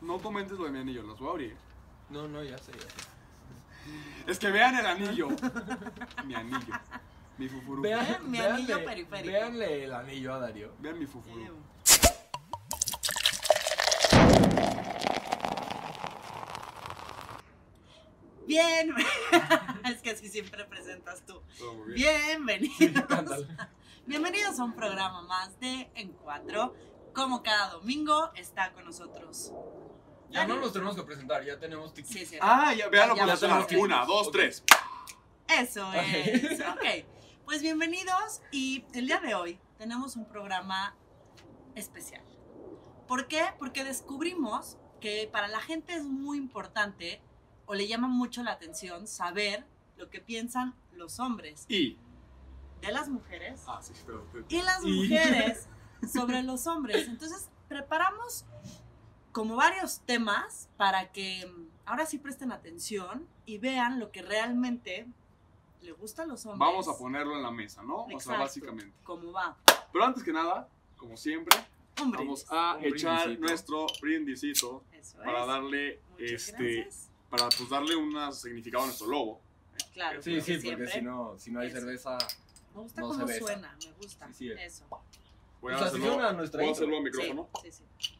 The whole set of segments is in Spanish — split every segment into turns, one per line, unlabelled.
No comentes lo de mi anillo, los voy a abrir.
No, no, ya sé, ya sé.
Es que vean el anillo. mi anillo. Mi fufurú.
Vean,
mi
veanle-
anillo periférico.
Veanle el anillo a Darío.
Vean mi fufurú.
Ew. Bien, es que así siempre presentas tú.
Todo muy bien.
Bienvenidos.
Cántale.
Bienvenidos a un programa más de En Cuatro. Como cada domingo está con nosotros.
Ya no los tenemos que presentar, ya tenemos tiki.
Sí, sí.
Ah, ya, véanlo
Ya
por
lo
la zona.
tenemos.
Una, dos,
Ok.
tres.
Eso
Ok.
es. Ok. Pues bienvenidos y el día de hoy tenemos un programa especial. ¿Por qué? Porque descubrimos que para la gente es muy importante o le llama mucho la atención saber lo que piensan los hombres
Y.
de las mujeres
Ah, sí, pero.
y las
Y-
mujeres sobre los hombres. Entonces, preparamos como varios temas para que mm, ahora sí presten atención y vean lo que realmente le gusta a los hombres.
Vamos a ponerlo en la mesa, ¿no? O sea,
Exacto,
básicamente.
¿Cómo va?
Pero antes que nada, como siempre,
Hombre.
vamos a
Un
echar
brindisito.
nuestro brindisito
Eso es.
para darle
Muchas
este
gracias.
para pues darle un significado a nuestro logo.
Claro,
Sí,
claro,
sí, porque
siempre.
si no, si no hay
Eso.
cerveza.
Me gusta
no se
cómo
besa.
suena, me gusta.
Sí, sí.
Eso.
Voy a
O sea, si
hacerlo,
suena nuestra
voy Pues a hacerlo
intro.
al micrófono.
Sí, sí, sí.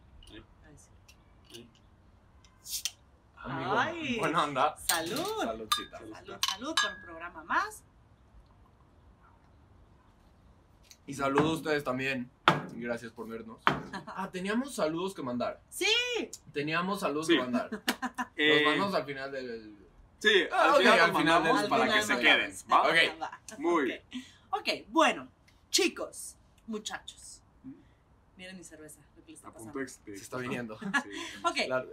Sí.
Ahí sí.
Amigo,
Ay.
buena onda.
Salud.
Saludcita.
Salud, salud por un programa más.
Y saludos a ustedes también. Gracias por vernos. Ah, teníamos saludos que mandar.
Sí.
Teníamos saludos
Sí.
que mandar. Los
Eh,
mandamos al final del.
sí,
Ah,
al
ok,
final,
al
los
final
mandamos
del-
para que
final
se
mandamos.
queden, ¿va?
Ok.
Va.
Muy bien.
Ok, Ok, bueno, chicos, muchachos.
¿Mm?
Miren mi cerveza, lo que les está
A
pasando.
punto este.
Se está viniendo.
Sí.
Ok,
La-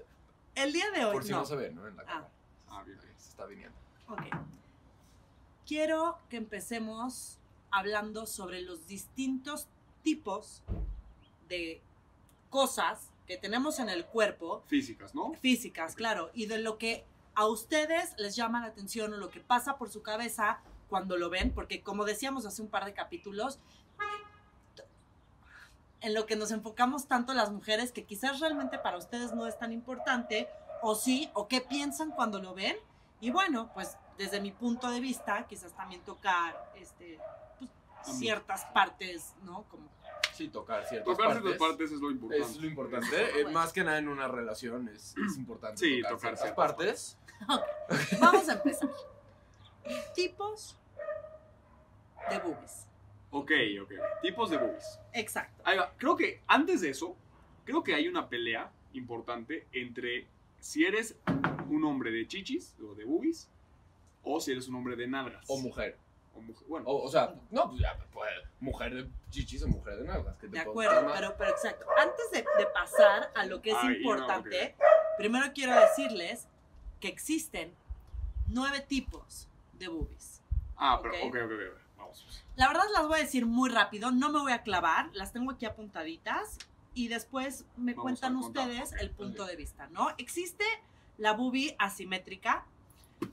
el día de hoy.
por si no.
Eh. no,
se ve, ¿no? En la
Ah.
cámara.
Ah, bien, bien.
Se está viniendo.
ok. Quiero que empecemos hablando sobre los distintos tipos de cosas que tenemos en el cuerpo,
Físicas, ¿no?
físicas, claro, y de lo que a ustedes les llama la atención o lo que pasa por su cabeza cuando lo ven, porque como decíamos hace un par de capítulos, en lo que nos enfocamos tanto las mujeres, que quizás realmente para ustedes no es tan importante, o sí, o qué piensan cuando lo ven. Y bueno, pues desde mi punto de vista, quizás también tocar este, pues, ciertas partes, ¿no? Como
Sí, tocar ciertas
Tocarse
partes.
las partes es lo importante.
Es lo importante. Eh, más que nada en una relación es, es importante
Sí,
tocar,
tocar
ciertas
ciertas
partes.
Vamos a empezar. Tipos de boobies.
Ok, ok. Tipos de boobies.
Exacto.
Ahí va. Creo que antes de eso, creo que hay una pelea importante entre si eres un hombre de chichis o de boobies o si eres un hombre de nalgas.
O mujer.
O mujer. Bueno,
O, o sea, no, pues ya, pues, mujer de chichis o mujer de nalgas. que te
De
puedo
acuerdo,
dar más.
pero, pero exacto. Antes de, de pasar a lo que es
Ay,
importante, primero quiero decirles que existen nueve tipos de boobies.
ah, pero
ok.
ok, ok, ok. ok. Vamos.
La verdad las voy a decir muy rápido, no me voy a clavar, las tengo aquí apuntaditas y después me
Vamos
cuentan
al contacto,
ustedes
ok,
el punto de vista, ¿no? Existe la boobie asimétrica,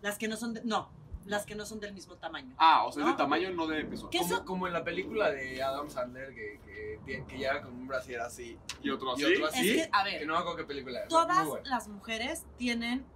las que no son de- no, las que no son del mismo tamaño.
Ah, o sea, es
No,
de tamaño, no de peso.
¿Qué?
Como,
eso-
como en la película de Adam Sandler que, que, tie- que llega con un brasier así.
Y otro así.
Y otro así.
es que, a ver,
que no me acuerdo qué película es.
todas
muy buena.
las mujeres tienen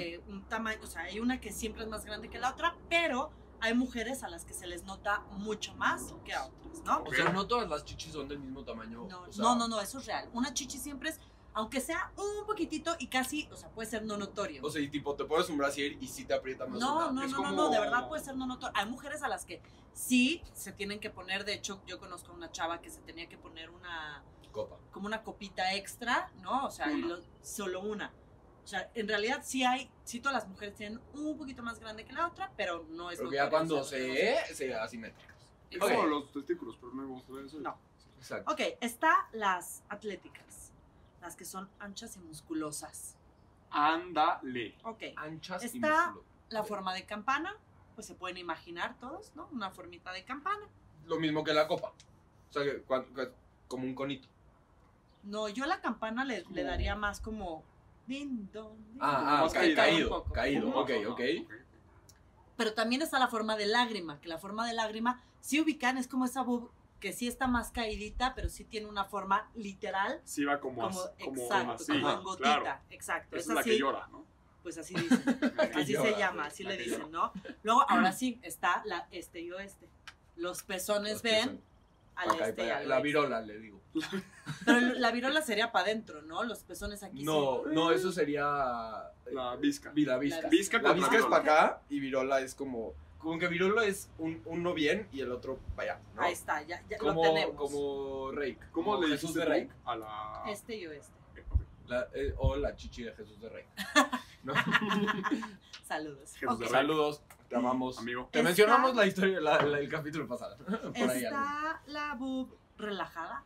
eh, un tamaño, o sea, hay una que siempre es más grande que la otra, pero hay mujeres a las que se les nota mucho más que a otras, ¿no?
O sea, no todas las chichis son del mismo tamaño.
No,
o sea,
no, no, no, eso es real. Una chichi siempre es, aunque sea un poquitito y casi, o sea, puede ser no notorio.
O sea, y tipo, te pones un brasier y sí te aprieta más.
No,
una-
no,
es
no, no,
como-
no, de verdad puede ser no notorio. Hay mujeres a las que sí se tienen que poner, de hecho, yo conozco a una chava que se tenía que poner una,
Copa.
como una copita extra, ¿no? O sea, y
Una.
lo- solo una. O sea, en realidad sí hay, sí todas las mujeres tienen un poquito más grande que la otra, pero no es
Pero
lo
que ya cuando
se...
se, se asimétricas.
Es
Ok.
como los testículos, pero no me gusta eso.
No.
Exacto.
Ok, está las atléticas, las que son anchas y musculosas.
Ándale.
Ok,
Anchas y
Está-
musculo-
la forma de campana, pues se pueden imaginar todos, ¿no? Una formita de campana.
Lo mismo que la copa. O sea, que, cuan- que- como un conito.
No, yo a la campana le, le
Como-
daría más como... Din, don, din,
Ah, ah,
don,
Más
ca-
caído,
que cae un
caído,
poco.
caído.
Ajá,
Ok,
ajá,
ok.
Pero también está la forma de lágrima, que la forma de lágrima, si ubican, es como esa boob que sí está más caídita, pero sí tiene una forma literal,
Sí va como,
como,
as- como
exacto,
así,
como en
ajá,
gotita,
claro.
exacto.
Esa es
es
la
así,
que llora, ¿no?
pues así dice, así se
llora,
llama,
pues,
así
la
le
que
dicen, ¿no? Luego, ahora sí, está la este y oeste. Los pezones
Los que
Pues ven
son
al
para acá y
este y
para allá.
al
La
oeste.
virola, le digo.
Pero la virola sería para adentro, ¿no? Los pezones aquí sí.
No, no, eso sería eh,
La visca.
vida visca.
Visca
La
con
visca es
virola.
para acá y virola es como. Como que virola es un, uno bien y el otro para allá, ¿no?
Ahí está, ya, ya lo
Como,
tenemos.
como Reik.
¿Cómo
como
le
Jesús
dijiste
de
tú
Reik.
a la...
Este y oeste.
Ok.
La- eh, o la chichi de Jesús de Reik. ¿no?
Saludos.
Jesús de
Ok.
Reik.
Saludos, te amamos.
Amigo.
Te
Está-
mencionamos la historia, la- la- el capítulo pasado. Por ahí algo.
Está la boob relajada,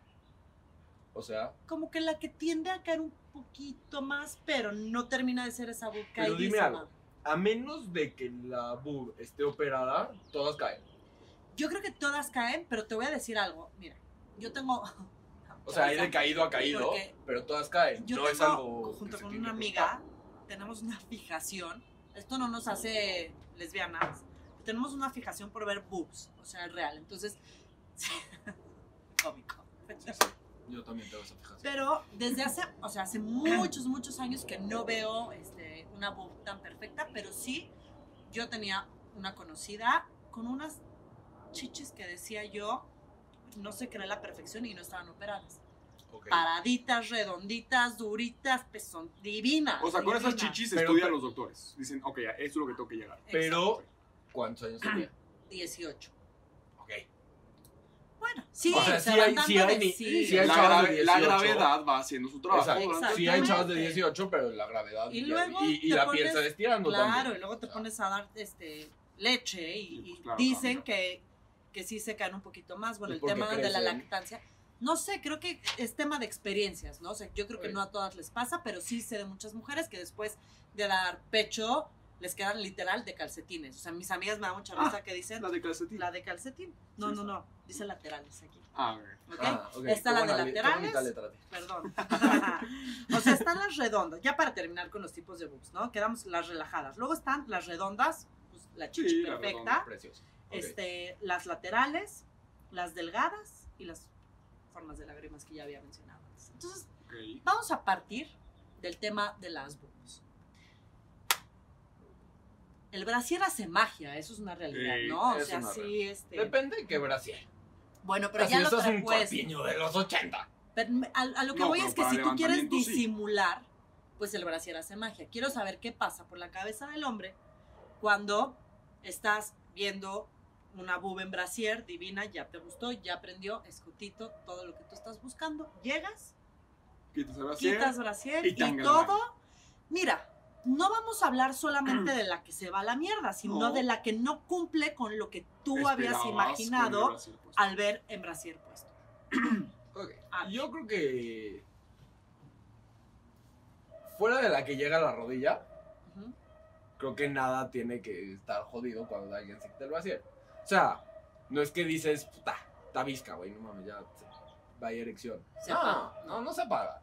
O sea,
como que la que tiende a caer un poquito más, pero no termina de ser esa boob
Pero dime
caídísima.
algo. a menos de que la boob esté operada, todas caen.
Yo creo que todas caen, pero te voy a decir algo. Mira, yo tengo.
O sea, hay de caído a
Digo
caído,
que-
pero todas caen.
Yo
no
tengo,
es algo. que
junto
se
con
tiene
una
que
amiga, tenemos una fijación. Esto no nos hace lesbianas. Tenemos una fijación por ver boobs, o sea, real. Entonces, cómico.
ocultar. Yo también tengo esa fijación.
Pero desde hace, o sea, hace muchos, muchos años que no veo este, una boob tan perfecta, pero sí, yo tenía una conocida con unas chichis que decía yo, no se cree la perfección y no estaban operadas.
Ok.
Paraditas, redonditas, duritas, pues son divinas.
O sea, con esas
divinas.
chichis
Pero-
estudian los doctores. Dicen, ok, ya, esto es lo que tengo que llegar.
Pero, ¿cuántos años tenía?
Exacto, 18.
Ok.
Bueno, sí,
O sea,
se
sí
van
hay-
dando
sí hay
de
ni-
sí.
sí hay
la,
chavas de
grave- la
18.
gravedad va haciendo su trabajo.
Exacto.
¿verdad?
Sí, hay chavas de
Exactamente.
18, pero la gravedad.
Y luego
y, y
te
la piel
pones-
se va estirando Ah.
Claro,
también.
y luego te
O sea,
pones a dar este, leche y,
Sí, pues,
y
claro,
dicen
claro.
que, que sí se caen un poquito más. Bueno,
Y
el
porque
tema de la
crecen.
lactancia. No sé, creo que es tema de experiencias, ¿no? O sea, yo creo que
Sí.
no a todas les pasa, pero sí sé de muchas mujeres que después de dar pecho les quedan literal de calcetines. O sea, mis amigas me dan mucha
Ah,
risa que dicen
La de calcetín.
la de calcetín. No,
Sí, está.
no, no, dice laterales aquí.
Ah, ok.
¿ok?
Ah, ok.
Está
Qué
la de
buena le- qué
laterales.
bonita letra tiene.
Perdón. o sea, están las redondas. Ya para terminar con los tipos de boobs, ¿no? Quedamos las relajadas. Luego están las redondas, pues la chichi
Sí, la
perfecta,
redonda.
Precioso. Ok.
este, las laterales, las delgadas y las formas de lágrimas que ya había mencionado antes. Entonces,
ok.
vamos a partir del tema de las boobs. El brasier hace magia, eso es una realidad,
Sí,
¿no? O
es
sea,
una
sí, este.
Depende de qué brasier.
Bueno, pero
Así,
ya lo
eso es un
traes
corpiño de los 80.
Pero me- a, a lo que
No,
voy
pero
es que
para
si tú quieres
levantamiento, sí.
disimular, pues el brasier hace magia. Quiero saber qué pasa por la cabeza del hombre cuando estás viendo una boob en brasier divina, ya te gustó, ya aprendió, escotito, todo lo que tú estás buscando. Llegas,
Quitas el brasier.
quitas brasier
y
y,
tanga
todo. Mira, no vamos a hablar solamente de la que se va a la mierda, sino
No.
de la que no cumple con lo que tú
Esperabas
habías
con el
imaginado
brasier puesto.
al ver en brasier puesto.
Ok.
Ah.
Yo creo que. Fuera de la que llega a la rodilla,
Ujú.
creo que nada tiene que estar jodido cuando alguien se quita el brasier. O sea, no es que dices, puta, tabisca, güey, no mames, ya se- va a ir erección.
Se
No,
apaga.
Ah, no, no se apaga.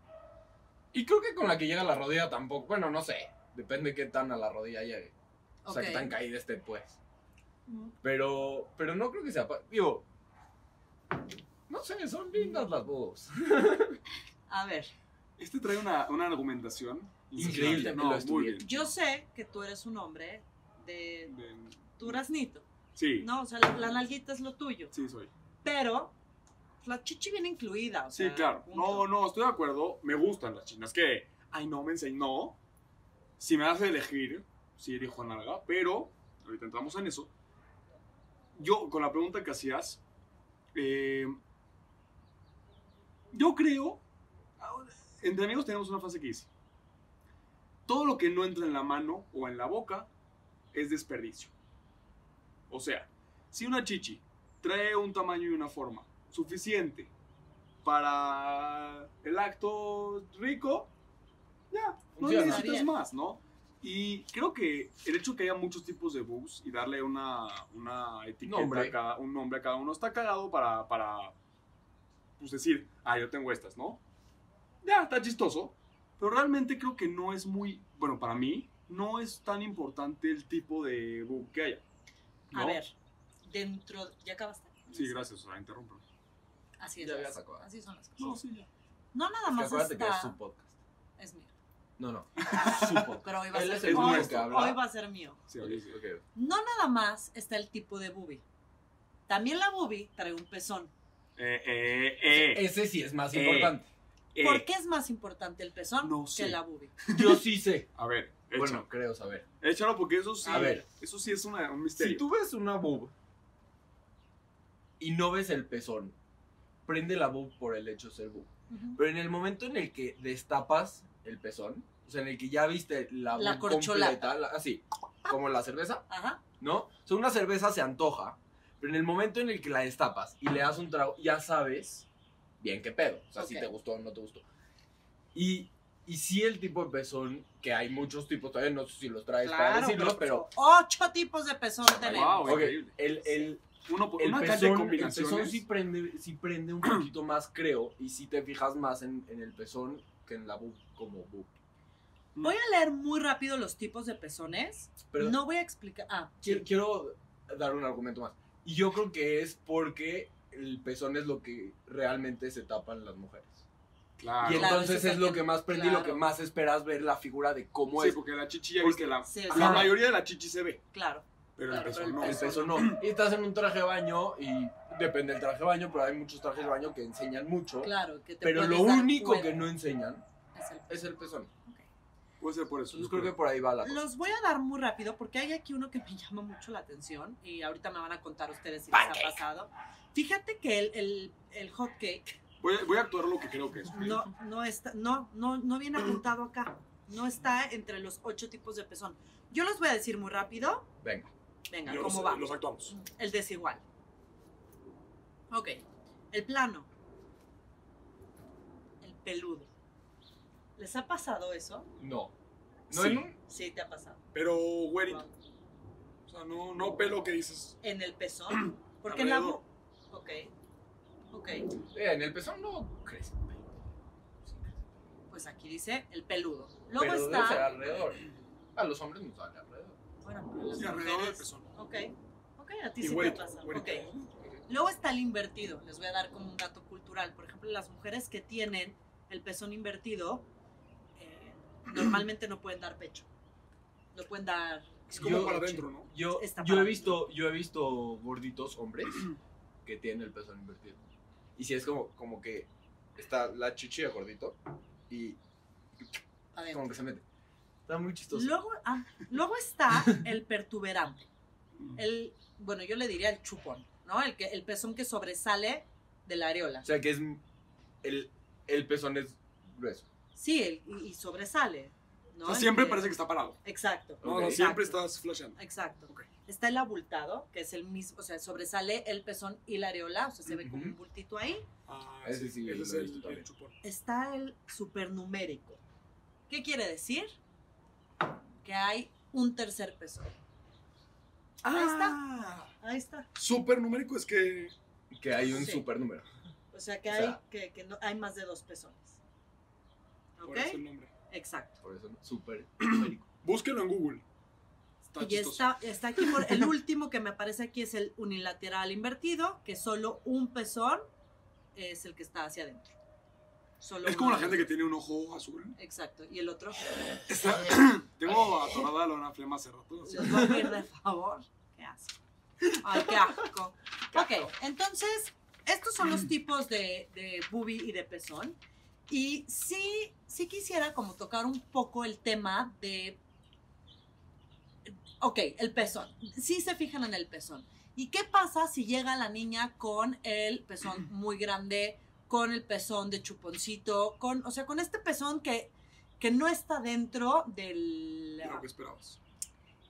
Y creo que con la que llega a la rodilla tampoco, bueno, no sé, depende qué tan a la rodilla llegue. O sea,
Ok.
qué tan caída esté, pues.
Ujú.
Pero, pero no creo que sea, pa- digo, no sé, son lindas las boobs.
A ver.
Este trae una, una argumentación.
Increíble,
No,
lo
muy
estudié.
bien.
Yo sé que tú eres un hombre de
De-
duraznito,
Sí,
¿no? O sea, la, la nalguita es lo tuyo,
sí soy.
pero la chichi viene incluida, o
Sí,
sea,
claro.
punto.
No, no, estoy de acuerdo. Me gustan las chinas. Que, ay, no, me enseñó. No. Si me hace elegir, sí elijo nalga, pero ahorita entramos en eso. Yo, con la pregunta que hacías, eh, yo creo, ahora, entre amigos tenemos una frase que dice, todo lo que no entra en la mano o en la boca es desperdicio. O sea, si una chichi trae un tamaño y una forma suficiente para el acto rico, ya, no
Funciona.
necesitas
Bien.
más, ¿no? Y creo que el hecho que haya muchos tipos de boobs y darle una, una etiqueta,
Nombre.
A cada, un nombre a cada uno, está cagado para, para pues, decir, ah, yo tengo estas, ¿no? Ya, está chistoso, pero realmente creo que no es muy, bueno, para mí, no es tan importante el tipo de boob que haya.
A
¿no?
ver, dentro, ya acabaste.
Sí, gracias, o sea, interrumpo.
Así es.
Ya
la
habías
cosa.
acabado.
Así son las cosas.
No,
No,
sí, ya.
nada
Es que
más
acuérdate
está...
que es su podcast.
Es mío.
No, no. Su podcast.
Pero hoy va a
Él
ser
es el
hoy-
único que
habla.
Hoy va a ser mío.
Sí, oye, sí.
Ok,
No nada más está el tipo de boobie. También la boobie trae un pezón.
Eh, eh, eh,
Ese sí es más
Eh.
importante.
eh.
¿Por qué es más importante el pezón
No
que
sé.
la boobie?
Yo sí sé.
A ver, échalo.
Bueno, creo saber.
Échalo porque eso sí.
A ver.
Eso sí es una- un misterio.
Si tú ves una boob y no ves el pezón, prende la boob por el hecho de ser boob.
Ujú.
Pero en el momento en el que destapas el pezón, o sea, en el que ya viste la,
La
boob
corcholata.
completa, la- así, como la cerveza,
Ajá.
¿no? O sea, una cerveza se antoja, pero en el momento en el que la destapas y le das un trago, ya sabes bien qué pedo. O sea, si
Ok.
te gustó o no te gustó. Y, y sí el tipo de pezón, que hay muchos tipos todavía, no sé si los traes para decirlo, pero...
Ocho tipos de pezón tenemos.
Wow,
ok,
increíble.
el, el,
Uno por
el
una calle de
pezón, el pezón
combinaciones.
sí prende, sí prende un poquito más, creo, y si te fijas más en, en el pezón que en la boob, como boob.
Voy a leer muy rápido los tipos de pezones.
Pero
No voy a explicar. Ah,
quiero, quiero dar un argumento más. Y yo creo que es porque el pezón es lo que realmente se tapan las mujeres.
Claro.
Y
Claro,
entonces
eso
es lo
también,
que más prende y lo
claro.
que más esperas ver la figura de cómo
Sí,
es.
porque la chichi ya
Porque-
viste la.
sí,
la
sí.
mayoría de la chichi se ve,
claro.
pero
Claro,
el
pero
pezón
el
no.
El peso no. Y estás en un traje de baño y depende del traje de baño, pero hay muchos trajes de baño que enseñan mucho.
Claro, que te
Pero
puedes
lo
dar
único
cuenta.
que no enseñan
Es el-
es el pezón.
Puede ser por eso.
Entonces creo que por ahí va la cosa.
Los voy a dar muy rápido porque hay aquí uno que me llama mucho la atención y ahorita me van a contar ustedes si les ha pasado. Fíjate que el, el, el hot cake
Voy a, voy a actuar lo que creo que es. ¿ok?
no, no, está, no, no, no viene apuntado acá. No está entre los ocho tipos de pezón. Yo los voy a decir muy rápido.
Venga.
Venga,
Yo
¿cómo
los,
va?
los actuamos.
El desigual. Ok. El plano. El peludo. ¿Les ha pasado eso?
No. No
Sí.
en un-
Sí, te ha pasado.
Pero, güerito. O sea, no, no pelo que dices.
En el pezón. Porque en la
Alrededor.
bu- Ok. Ok.
eh, en el pezón no crece.
Pues aquí dice el peludo. Luego
Pero debe ser
está.
alrededor. A los hombres nos sale alrededor.
Bueno, pero las
Y alrededor del
mujeres-
pezón.
Ok. Ok, a ti
Y
sí
güerito,
te pasa.
güerito.
Ok. Luego está el invertido. Les voy a dar como un dato cultural. Por ejemplo, las mujeres que tienen el pezón invertido eh, normalmente no pueden dar pecho. No pueden dar.
Es como
Yo-
para adentro, ¿no?
Yo,
Está
yo he
parado.
visto, yo he visto gorditos hombres que tienen el pezón invertido. Y si es como, como que está la chichi de gordito y
Adentro.
como que se mete. Está muy chistoso.
Luego, ah, luego está el pertuberante. El, bueno, yo le diría el chupón, ¿no? El, que, el pezón que sobresale de la areola.
O sea que es m- el, el pezón es grueso.
Sí, el- y, y sobresale. ¿no?
O sea,
El
siempre
que-
parece que está parado.
Exacto.
No, O sea,
Ok.
siempre
Exacto.
estás flasheando.
Exacto.
Ok.
Está el abultado, que es el mismo, o sea, sobresale el pezón y la areola, o sea, se ve como
Ujú.
un bultito ahí.
Ah,
Ese sí,
Ese
lo
es
he
el,
visto
el
también.
chupón.
Está el supernumérico. ¿Qué quiere decir? Que hay un tercer pezón. Ahí está,
Ah,
ahí está.
súper numérico es que.
Que hay un
Sí.
super número.
O sea, que,
O
hay,
sea-
que, que no, hay más de dos pezones.
Por
¿Ok?
eso el nombre.
Exacto.
Por eso, ¿no? super
Búsquelo en Google. Está
y
chistoso.
está, está aquí por el último que me aparece aquí es el unilateral invertido, que solo un pezón es el que está hacia adentro. Solo
Es como
uno
la
de
gente que
los
tiene un ojo azul.
dos. Exacto. Y el otro.
Está- Tengo atorada la una flema hace rato. así.
Los va a pedir de favor. Qué asco. Ay, qué asco. Mm. Ok, entonces, estos son los tipos de, de boobie y de pezón. Y sí, sí quisiera como tocar un poco el tema de... Ok, el pezón. Sí se fijan en el pezón. ¿Y qué pasa si llega la niña con el pezón muy grande, con el pezón de chuponcito, con, o sea, con este pezón que, que no está dentro del...
De lo que esperabas.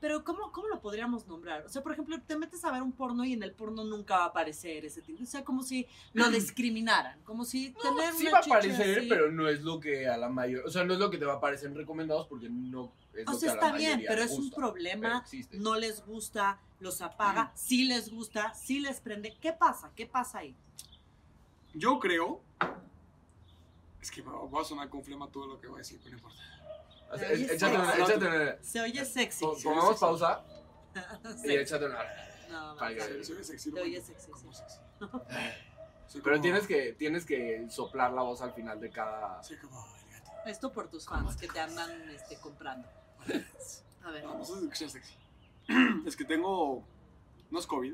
Pero ¿cómo, ¿cómo lo podríamos nombrar? O sea, por ejemplo, te metes a ver un porno y en el porno nunca va a aparecer ese tipo. O sea, como si lo discriminaran, como si tener
Sí
una
va a
chicha
aparecer,
así-
pero no es lo que a la mayor, o sea, no es lo que te va a aparecer en recomendados porque no es
O
lo
sea,
que a la
está bien,
mayoría
pero
le
es un
gusta, pero este,
problema,
existe.
no les gusta, los apaga, sí les gusta, sí les prende. ¿Qué pasa? ¿Qué pasa ahí?
Yo creo. Es que va a sonar con flema todo lo que voy a decir, pero no importa.
O sea,
Ahí
échate
está.
una- échate una-
Se oye sexy.
po-
sí,
Pongamos
sí.
pausa
Sí.
y échate una.
No,
Para que-
Se- se ve sexy,
Te oye
bueno,
sexy,
como sexy. Soy
Pero
como-
tienes que, tienes que soplar la voz al final de cada.
Soy como el gato.
Esto por tus fans que te andan este, comprando. A ver.
No, no sé si escuchas sexy. Es que tengo. No es COVID.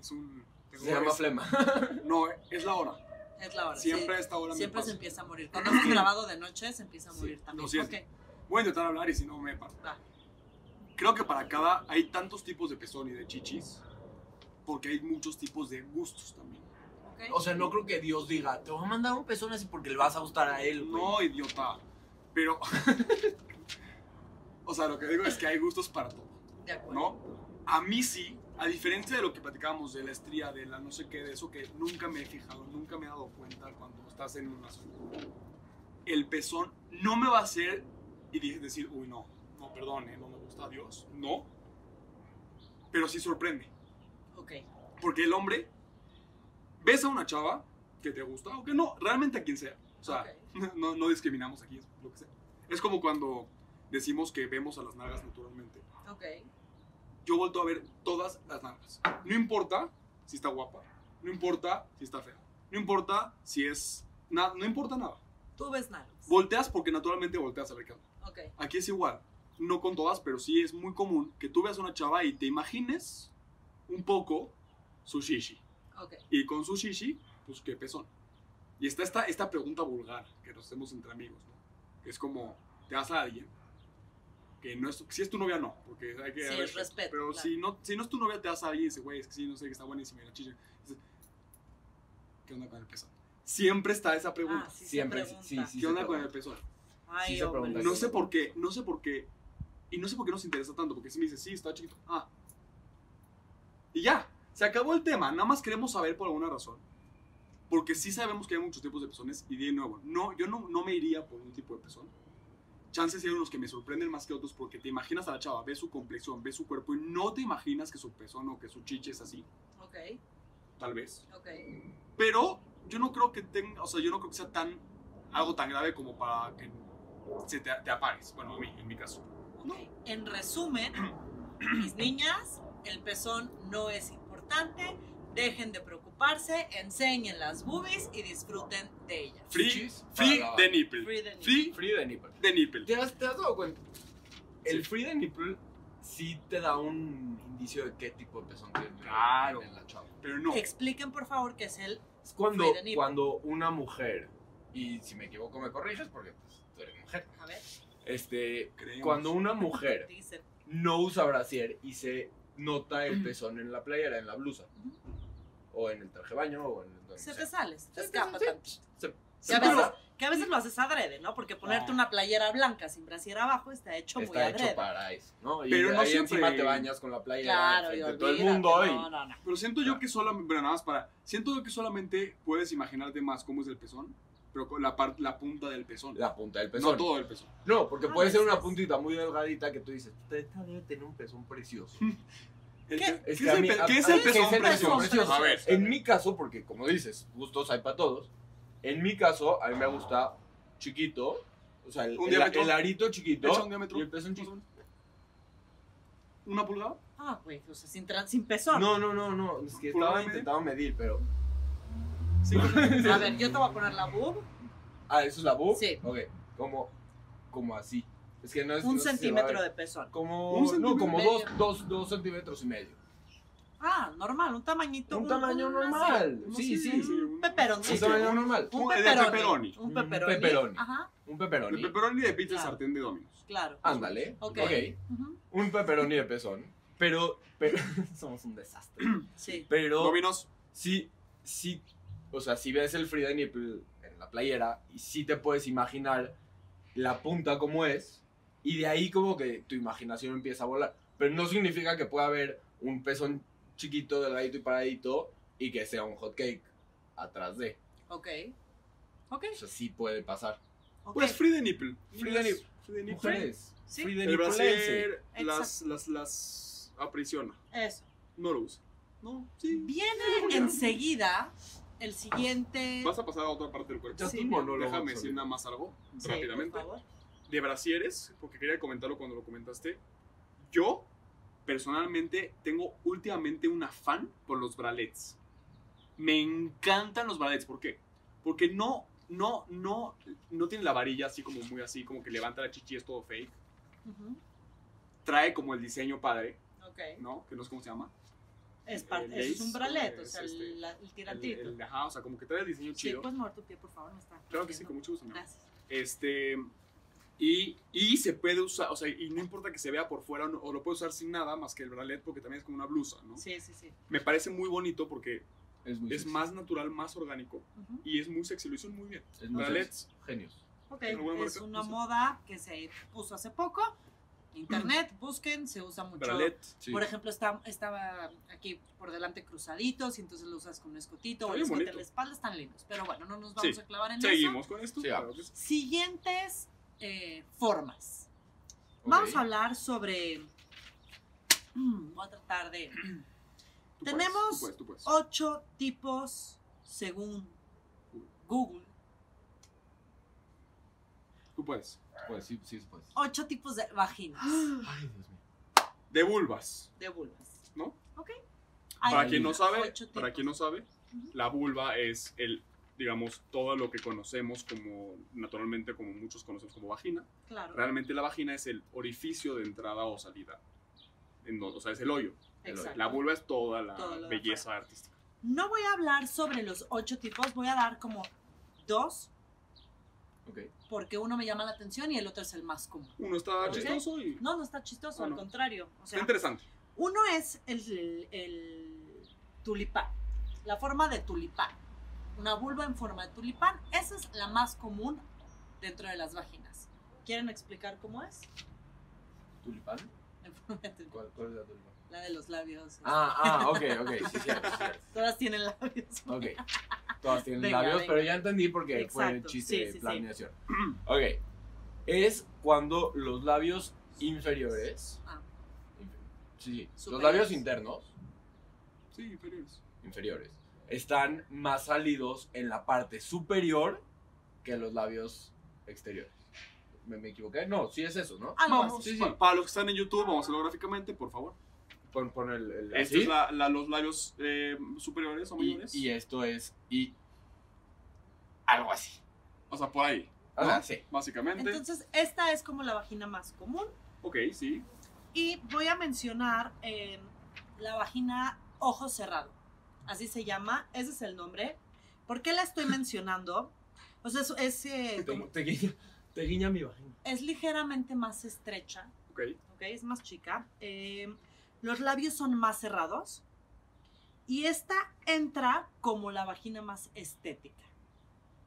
Es un. tengo-
Se llama
es-
flema.
No, es la hora.
Es la hora. sí.
Siempre a esta hora me
Siempre se
pasa.
empieza a morir. Cuando hemos grabado de noche, se empieza a
Sí,
morir
lo
también.
siento.
Ok.
Voy a intentar hablar y si no me paro.
Va.
Creo que para cada hay tantos tipos de pezón y de chichis porque hay muchos tipos de gustos también.
ok.
O sea, no creo que Dios diga, te voy a mandar un pezón así porque le vas a gustar a él, güey.
No, idiota. Pero O sea, lo que digo es que hay gustos para todo,
De acuerdo.
¿no? A mí sí, a diferencia de lo que platicábamos de la estría, de la no sé qué, de eso que nunca me he fijado, nunca me he dado cuenta cuando estás en una zona. El pezón no me va a hacer y de- decir, uy, no, no, perdón, eh, no me gusta Dios. No. Pero sí sorprende.
Ok.
Porque el hombre ves a una chava que te gusta o que no, realmente a quien sea. O sea, no, no discriminamos aquí, es lo que sea. Es como cuando decimos que vemos a las nalgas naturalmente.
Ok.
Yo vuelto a ver todas las nalgas. No importa si está guapa, no importa si está fea, no importa si es... na- no importa nada.
Tú ves nalgas.
Volteas porque naturalmente volteas a ver qué onda.
Ok.
Aquí es igual, no con todas, pero sí es muy común que tú veas a una chava y te imagines un poco su shishi.
Ok. Ah,
Y con su shishi, pues qué pezón. Y está esta, esta pregunta vulgar que nos hacemos entre amigos, ¿no? Que es como, te vas a alguien, que no es, si es tu novia, no, porque hay que...
Sí,
haber-
es respeto,
Pero
claro.
si, no, si no es tu novia, te vas a alguien y dices, güey, es que sí, no sé, que está buenísima y la chicha. Dices, ¿Qué onda con el pezón? Siempre está esa pregunta.
Ah, sí
Siempre,
se pregunta.
sí, sí.
¿Qué
se
onda con
pregunta.
el pezón?
Ay,
Sí se
hombre.
pregunta.
No sé por qué, no sé por qué. Y no sé por qué nos interesa tanto, porque si me dice, sí, está chiquito. Ah. Y ya, se acabó el tema. Nada más queremos saber por alguna razón. Porque sí sabemos que hay muchos tipos de pezones. Y de nuevo, no, yo no, no me iría por un tipo de pezón. Chances hay unos que me sorprenden más que otros porque te imaginas a la chava, ves su complexión, ves su cuerpo y no te imaginas que su pezón o que su chiche es así.
Ok.
Tal vez.
Ok.
Pero yo no creo que tenga, o sea, yo no creo que sea tan, algo tan grave como para que se te, te apagues. Bueno, a mí, en mi caso.
Ok. En resumen, mis niñas, el pezón no es importante. Dejen de preocuparse, enseñen las boobies y disfruten de ellas.
Free,
Chichis
free
para la-
de nipple.
Free the nipple.
Free
Free de nipple.
de nipple.
Ah, ¿Te has, te has dado cuenta? El free de nipple sí te da un indicio de qué tipo de pezón tiene
Claro.
en la chava.
Pero no.
Expliquen por favor qué es el
Es cuando,
Free de nipple.
cuando una mujer, y si me equivoco me corriges porque pues, tú eres mujer,
a ver,
este,
creemos.
cuando una mujer
dicen.
no usa brasier y se nota el pezón en la playera, en la blusa,
Ujú.
o en el traje de baño, o en donde sea.
Se te sales, te
Sí, sí,
escapa
sí.
tantito.
Se-
Ya
se
ves,
para,
Que a veces lo haces adrede, ¿no? Porque ponerte
Ah.
una playera blanca sin brasier abajo está hecho muy
está
adrede.
hecho para eso, ¿no? Y
Pero no
ahí
siempre-
encima te bañas con la playera
claro, y
enfrente de
olvídate,
todo el mundo.
No,
y-
no, no.
Pero siento yo que solamente, bueno, nada más para, siento yo que solamente puedes imaginarte más cómo es el pezón, pero con la parte, la punta del pezón.
La punta del pezón.
No todo el pezón.
No, porque
Ah,
puede ser una
veces.
puntita muy delgadita que tú dices, esta debe tener un pezón precioso.
El-
¿Qué?
¿Qué
Es
es
que a
el
mí-
pe-
a-
qué es
a-
el
¿qué es
pezón
el
precioso?
pezón
precioso?
A ver,
En mi caso, porque como dices, gustos hay para todos, en mi caso a mí me gusta chiquito, o sea, el,
Un
el,
diámetro.
el arito
echa un
chiquito
diámetro.
y el pezón
más o
chiquito.
menos. ¿Una pulgada?
Ah, güey, o sea, sin, tran- sin pezón.
No, no, no, no, es que
¿Pulgada media?
estaba intentando medir, pero...
Sí.
A ver, yo te voy a poner la boob.
Ah, ¿eso es la boob?
Sí.
Ok, como, como así. Es que no es...
Un
no sé si va a
centímetro
ver.
de pezón.
Como,
Un
no,
centímetro
como
y medio.
dos, dos, dos centímetros y medio.
Ah, normal, un tamañito.
Un tamaño
así,
normal.
No,
Sí, sí.
un-
Peperón,
Un
sí.
tamaño normal.
Un
de
peperoni.
pepperoni.
Un
Un
peperoni.
pepperoni.
Ajá,
Un
El
pepperoni.
pepperoni de pizza
Claro.
sartén de Domino's.
claro.
Ándale.
Ok.
ok.
Ujú,
Un pepperoni de pezón. Pero, pero- somos un desastre.
Sí.
Pero
Domino's.
sí, sí, o sea, si ves el Frida Nipple en la playera y sí te puedes imaginar la punta como es y de ahí como que tu imaginación empieza a volar. Pero no significa que pueda haber un pezón chiquito, delgadito y paradito y que sea un hot cake atrás de.
Ok. Ok.
O sea, sí puede pasar.
ok.
Pues free de nipple.
Free de nipple.
Free de nipple.
Mujeres,
Sí.
Frida
El
Nipple.
brasier las, las, las aprisiona.
Eso.
No lo usa. No, sí.
Viene enseguida el siguiente.
Vas a pasar a otra parte del cuerpo.
Ya
Sí.
tu monólogo,
Déjame
Solín.
decir nada más algo
Sí,
rápidamente.
por favor.
De brasieres, porque quería comentarlo cuando lo comentaste. Yo, personalmente, tengo últimamente un afán por los bralets. Me encantan los ballets. ¿Por qué? Porque no, no, no, no tiene la varilla así como muy así, como que levanta la chichi, es todo fake.
Ujú.
Trae como el diseño padre,
Ok.
¿no? Que no sé cómo se llama.
Es,
El
parte,
lace,
es un bralet, o sea,
es este,
el, la- el
El,
tirantito.
el- ajá, o sea, como que trae el diseño
Sí,
chido.
puedes mover tu pie, por favor, me está.
Claro que sí, con
como
mucho gusto. mi amor.
Gracias.
Este, y, y se puede usar, o sea, y no importa que se vea por fuera o, no- o lo puede usar sin nada más que el bralet porque también es como una blusa, ¿no?
Sí, sí, sí.
Me parece muy bonito porque
Es muy
es
sexy.
más natural, más orgánico
Ujú.
y es muy sexy, lo hicieron muy bien.
Es muy
Bralet.
sexy. Genios.
Ok,
¿Tiene alguna
es
marca?
una
Sí.
moda que se puso hace poco. Internet,
Mm.
busquen, se usa mucho.
Bralet.
Sí.
Por ejemplo, está, estaba aquí por delante cruzaditos y entonces lo usas con un
Está
escotito o el
bien
escote en
bonito.
la espalda, están lindos. Pero bueno, no nos vamos
Sí.
a clavar en eso.
Seguimos con esto.
Sí,
Claro
vamos.
que sí.
Siguientes eh, formas.
Ok.
Vamos a hablar sobre... Mm, Voy a tratar de...
Tú
Tenemos Oh.
puedes, tú puedes, tú puedes.
Ocho tipos según Google.
Tú puedes.
Pues sí, sí, pues.
Ocho tipos de vaginas,
Ay, Dios mío.
De vulvas.
de vulvas.
¿No?
Ok. Hay
para quien no
ocho
sabe, para
tipos.
quien no sabe,
Ujú.
la vulva es el, digamos, todo lo que conocemos como, naturalmente, como muchos conocemos como vagina.
Claro,
Realmente la vagina es el orificio de entrada o salida. En donde- o sea, es el hoyo.
exacto.
La vulva es toda la
Todo lo de
belleza artística.
No voy a hablar sobre los ocho tipos, voy a dar como dos,
Ok.
porque uno me llama la atención y el otro es el más común.
Uno está
Ok.
chistoso y...
No, no está chistoso,
Ah,
al
no.
contrario. O
Está
sea,
interesante.
uno es el, el tulipán, la forma de tulipán. Una vulva en forma de tulipán, esa es la más común dentro de las vaginas. ¿Quieren explicar cómo es?
¿Tulipán?
En forma de tulipán.
¿Cuál, cuál es la tulipán?
La de los labios.
Ah, ah, ok, ok. Sí, cierto, sí, cierto.
Todas tienen labios.
Ok. Todas tienen
Venga,
labios,
venga.
pero ya entendí porque fue
Exacto,
chiste
sí,
de
sí, sí.
planeación. Ok. Es cuando los labios inferiores.
Ah.
Sí, sí. Los
Superiores.
labios internos,
Sí, inferiores.
inferiores, están más salidos en la parte superior que los labios exteriores. ¿Me, me equivoqué? No, sí es eso, ¿no?
Algo
Vamos,
así.
sí, sí.
pa- para los que están en YouTube, vamos a hacerlo gráficamente, por favor.
Pon, pon el, el
Esto
así,
es la- la- los labios eh, superiores o
¿Ah, y,
mayores.
y esto es. Y. Algo así.
O sea, por ahí,
O sea, sí.
básicamente.
Entonces, esta es como la vagina más común.
ok, sí.
Y voy a mencionar eh, la vagina ojo cerrado. Así se llama, ese es el nombre. ¿Por qué la estoy mencionando? O sea, es, es, eh,
Te, te guiña, te guiña mi vagina.
es ligeramente más estrecha,
Ok.
¿ok? Es más chica. Eh, los labios son más cerrados. Y esta entra como la vagina más estética,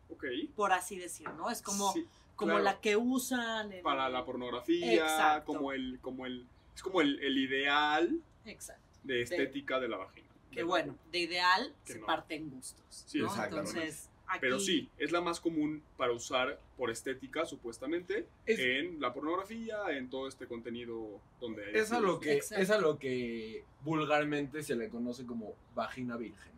Ok.
por así decirlo, ¿no? Es como,
Sí,
como
claro.
la que usan. en-
para la pornografía,
Exacto.
como el, como el, es como el, el ideal
Exacto.
de estética de la vagina.
Que bueno, de ideal
Que
se
no.
parten gustos.
Sí,
¿no?
exactamente.
Entonces, aquí,
Pero sí, es la más común para usar por estética, supuestamente,
Es-
en la pornografía, en todo este contenido donde hay...
Es a lo que,
Exacto.
es a lo que vulgarmente se le conoce como vagina virgen.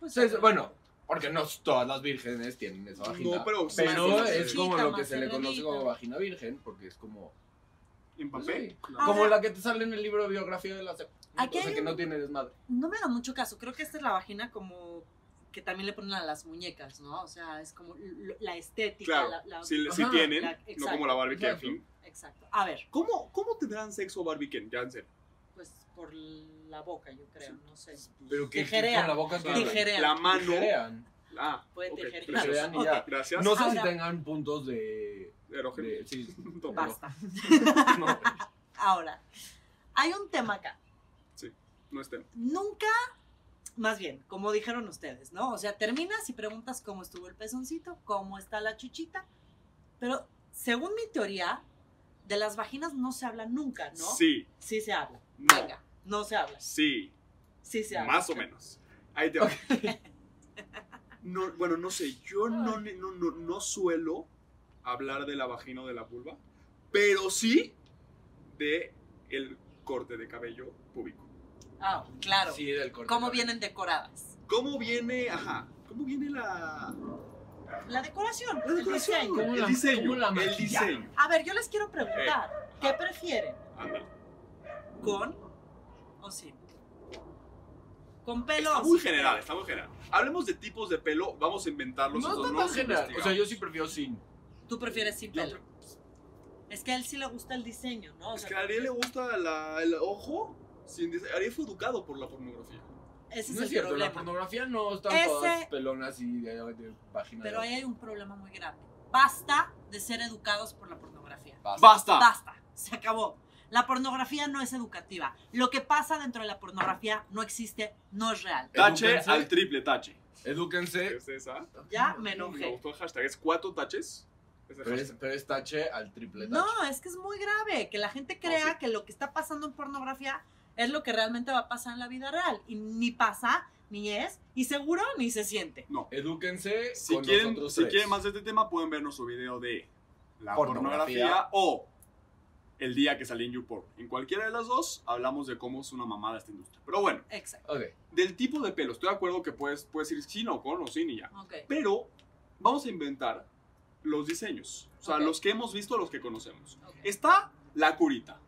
pues,
Es- bueno, porque no todas las vírgenes tienen esa vagina.
No,
pero
pero,
Más
es como
derechita,
lo que
más
se le conoce
cerradita.
como vagina virgen, porque es como,
en papel.
Ah,
como
Ahora-
la que te sale en el libro de biografía de la SEP.
Aquí
O sea,
hay
que
un-
no tiene desmadre.
no me da mucho caso. Creo que esta es la vagina como que también le ponen a las muñecas, ¿no? O sea, es como lo- la estética.
Claro,
la- la-
si,
Ajá,
tienen,
la-
no
exacto,
como la Barbie que
exacto.
en fin.
Exacto. A ver,
¿Cómo, ¿Cómo tendrán sexo Barbie Ken? Ya en serio.
pues por la boca, yo creo, no sé.
Pero que, que
Tijerean.
con la boca es grave.
Tijerean.
La mano...
Tijerean.
Ah,
Puede
ok,
tejer.
precioso.
Tijerean y
Ok.
ya.
Gracias.
No sé si
Ahora-
tengan puntos de...
Erógeno.
de- sí,
Topo.
Va.
Basta.
no.
Ahora, hay un tema acá.
No es tema.
Nunca, más bien, como dijeron ustedes, ¿no? O sea, terminas y preguntas cómo estuvo el pezoncito, cómo está la chuchita. Pero según mi teoría, de las vaginas no se habla nunca, ¿no?
Sí,
Sí se habla.
No.
Venga, no se habla.
sí,
Sí se habla.
más o menos. Ahí te va. No, bueno, no sé, yo no, ne- no, no, no suelo hablar de la vagina o de la vulva, pero sí de el corte de cabello público.
Ah, claro.
Sí, del corte.
¿Cómo vienen decoradas?
¿Cómo viene, ajá, cómo viene la,
La decoración,
la
el
decoración?
diseño.
¿Cómo
El
la-
diseño,
cómo la
el
maquillaron?
diseño.
A ver, yo les quiero preguntar,
Eh.
¿qué prefieren?
Ándale.
¿Con o sin? con pelos.
Está muy general, está muy general. Hablemos de tipos de pelo, vamos a inventarlos.
No
esos
está
no
tan
los
general. O sea,
investigamos.
yo sí prefiero sin.
Tú prefieres sin
Yo
pelo. Es que a él sí le gusta el diseño, ¿no? O
Es
sea,
que a Ariel le gusta la- el ojo. Sin des- Ariel fue educado por la pornografía.
ese
No es
es, el
cierto, la
problema.
pornografía no están
Ese-
todas pelonas y de, de vagina.
Pero
de-
ahí hay un problema muy grave. Basta de ser educados por la pornografía.
Basta.
¡Basta!
Basta, se acabó. La pornografía no es educativa. Lo que pasa dentro de la pornografía no existe, no es real.
Tache
Edúquense.
al triple tache.
Edúquense.
¿Es esa?
Ya me
Me
enojé.
gustó el hashtag. ¿Es cuatro taches? Es el
Pero es,
hashtag.
pero es tache al triple tache.
No, es que es muy grave que la gente crea
sí.
que lo que está pasando en pornografía es lo que realmente va a pasar en la vida real. Y ni pasa, ni es, y seguro ni se siente.
Edúquense.
Si
con
quieren,
nosotros
si
tres.
quieren más de este tema, pueden ver nuestro video de la pornografía,
Pornografía.
o el día que salí en YouPorn. En cualquiera de las dos, hablamos de cómo es una mamada esta industria. Pero bueno,
Exacto.
Ok.
del tipo de pelo, estoy de acuerdo que puedes, puedes ir sin o con o sin y ya.
Ok.
Pero vamos a inventar los diseños. O sea,
Ok.
los que hemos visto, los que conocemos.
ok.
Está la curita,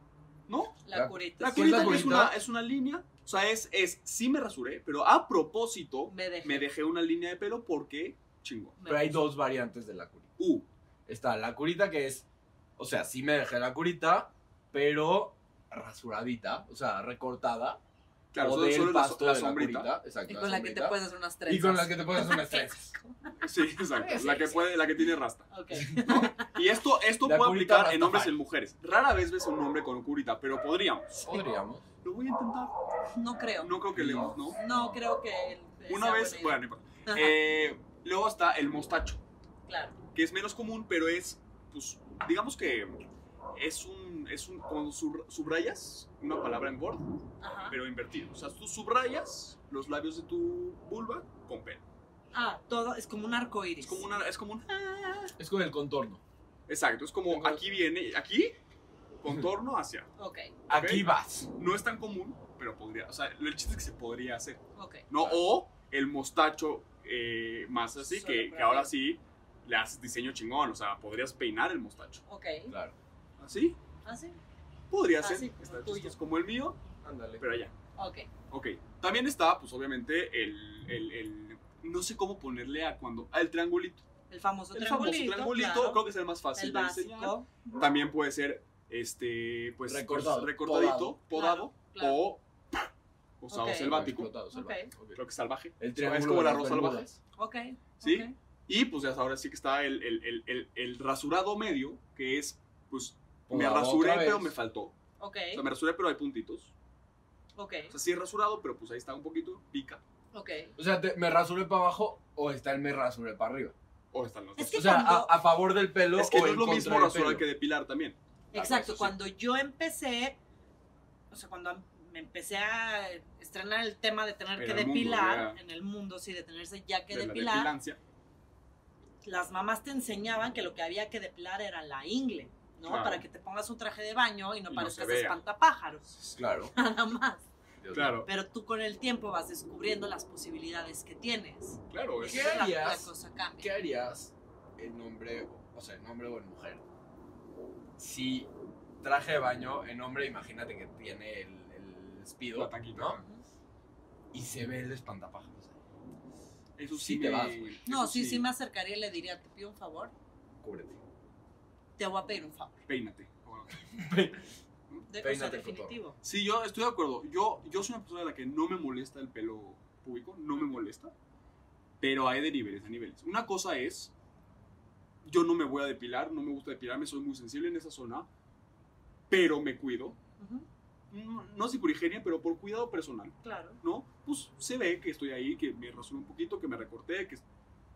¿no?
La curita.
La
¿Qué es
curita
la
que es
curita?
una, es una línea. O sea, es, es, sí me rasuré, pero a propósito
Me dejé.
me dejé una línea de pelo porque chingón.
Me
Pero hay
gusta.
dos variantes de la curita.
Uh,
Está la curita que es, o sea, sí me dejé la curita, pero rasuradita, o sea, recortada.
claro,
o
solo,
del
solo la,
pasto
la
de la
sombrita.
curita. Exacto,
Y con la que te
sombrita.
puedes hacer unas trenzas.
Y con la que te puedes hacer unas
Qué
trenzas.
asco.
Sí, exacto.
Sí,
la que
sí.
puede, la que tiene rasta.
Ok.
Y esto, esto
La
puede
curita
aplicar en
Rastafari.
hombres y en mujeres. Rara vez ves a un hombre con curita, pero podríamos.
Podríamos.
Lo voy a intentar.
No creo. No,
No creo que le
No.
¿no?
creo que. él
Una
sea
vez, bueno,
buena idea.
no importa.
Ajá,
Eh, luego está el mostacho,
claro.
que es menos común, pero es, pues, digamos que es un, es un, con sub- subrayas, una palabra en board,
Ajá.
pero invertido. O sea, tú subrayas los labios de tu vulva con pelo.
Ah, todo es como un arco iris.
Es como una, es como un,
Es con el contorno.
exacto, es como aquí viene, aquí, contorno hacia.
Ok,
Aquí vas.
No es tan común, pero podría, o sea, el chiste es que se podría hacer,
ok.
¿no? O el mostacho eh, más así,
Solo
que,
para
que ahora
mí.
sí le haces diseño chingón, o sea, podrías peinar el mostacho.
Ok.
Claro.
¿Así?
¿Así?
Podría
Ah,
ser.
sí, como
Está
el tuyo.
chistoso como el mío,
Ándale.
pero allá.
Ok.
Ok. También está, pues obviamente, el, el- el- No sé cómo ponerle a cuando. Al triangulito.
El famoso
El famoso
triangulito.
triangulito,
claro.
creo que es el más fácil
el
de diseñar.
básico.
También puede ser, este, pues.
Recortado,
pues, recortadito, podado,
podado. Claro, claro.
o. O, sea, o
Ok.
selvático.
Explotado, selvático. Ok.
Creo que salvaje.
El
es
triángulo
como
de
las
las
rosas
Bermudas.
salvajes.
Ok.
¿Sí?
ok.
Y pues ya ahora sí que está el, el- el- el- el rasurado medio, que es, pues. Me
Podado
rasuré,
otra vez.
pero me faltó.
Ok.
O sea, me rasuré, pero hay puntitos.
Ok.
O sea, sí es rasurado, pero pues ahí está un poquito, pica.
Ok.
O sea, te- me rasuré para abajo o está el me rasuré para arriba.
O están los
Es
dos.
que
O sea, a,
cuando-
a favor del pelo
Es que
o
no es
en
lo
contra
mismo
del
rasurar
pelo.
que depilar también.
Exacto.
eso sí.
Cuando yo empecé, o sea, cuando me empecé a estrenar el tema de tener
En
que
el mundo,
depilar
ya.
en el mundo, sí, de tenerse ya que
de la
depilar,
depilancia.
las mamás te enseñaban que lo que había que depilar era la ingle, ¿no?
Claro.
Para que te pongas un traje de baño y no
Y no
parezcas
se vea.
espantapájaros,
Claro.
nada más.
Dios
Claro,
Pero tú con el tiempo vas descubriendo las posibilidades que tienes.
claro. es-
¿Qué
Entonces la- La,
harías?
cosa cambia.
¿Qué harías en hombre, o sea, en hombre o en mujer? Si traje de baño, en hombre, imagínate que tiene el, el espido,
La taquita.
¿no? Y se ve el espantapájaros.
Eso sí,
Sí te
me-
vas, güey.
No,
eso
sí, sí me acercaría y le diría, te pido un favor,
Cúbrete.
te voy a pedir un favor.
Peínate.
De, o sea,
Peínate, por
definitivo.
Sí, yo estoy de acuerdo. Yo, yo soy una persona a la que no me molesta el pelo público, no me molesta. Pero hay de niveles a niveles. Una cosa es, yo no me voy a depilar, no me gusta depilarme, soy muy sensible en esa zona, pero me cuido.
Ujú,
No, no sé si por higiene, pero por cuidado personal.
claro.
¿no? Pues se ve que estoy ahí, que me rasuré un poquito, que me recorté, que,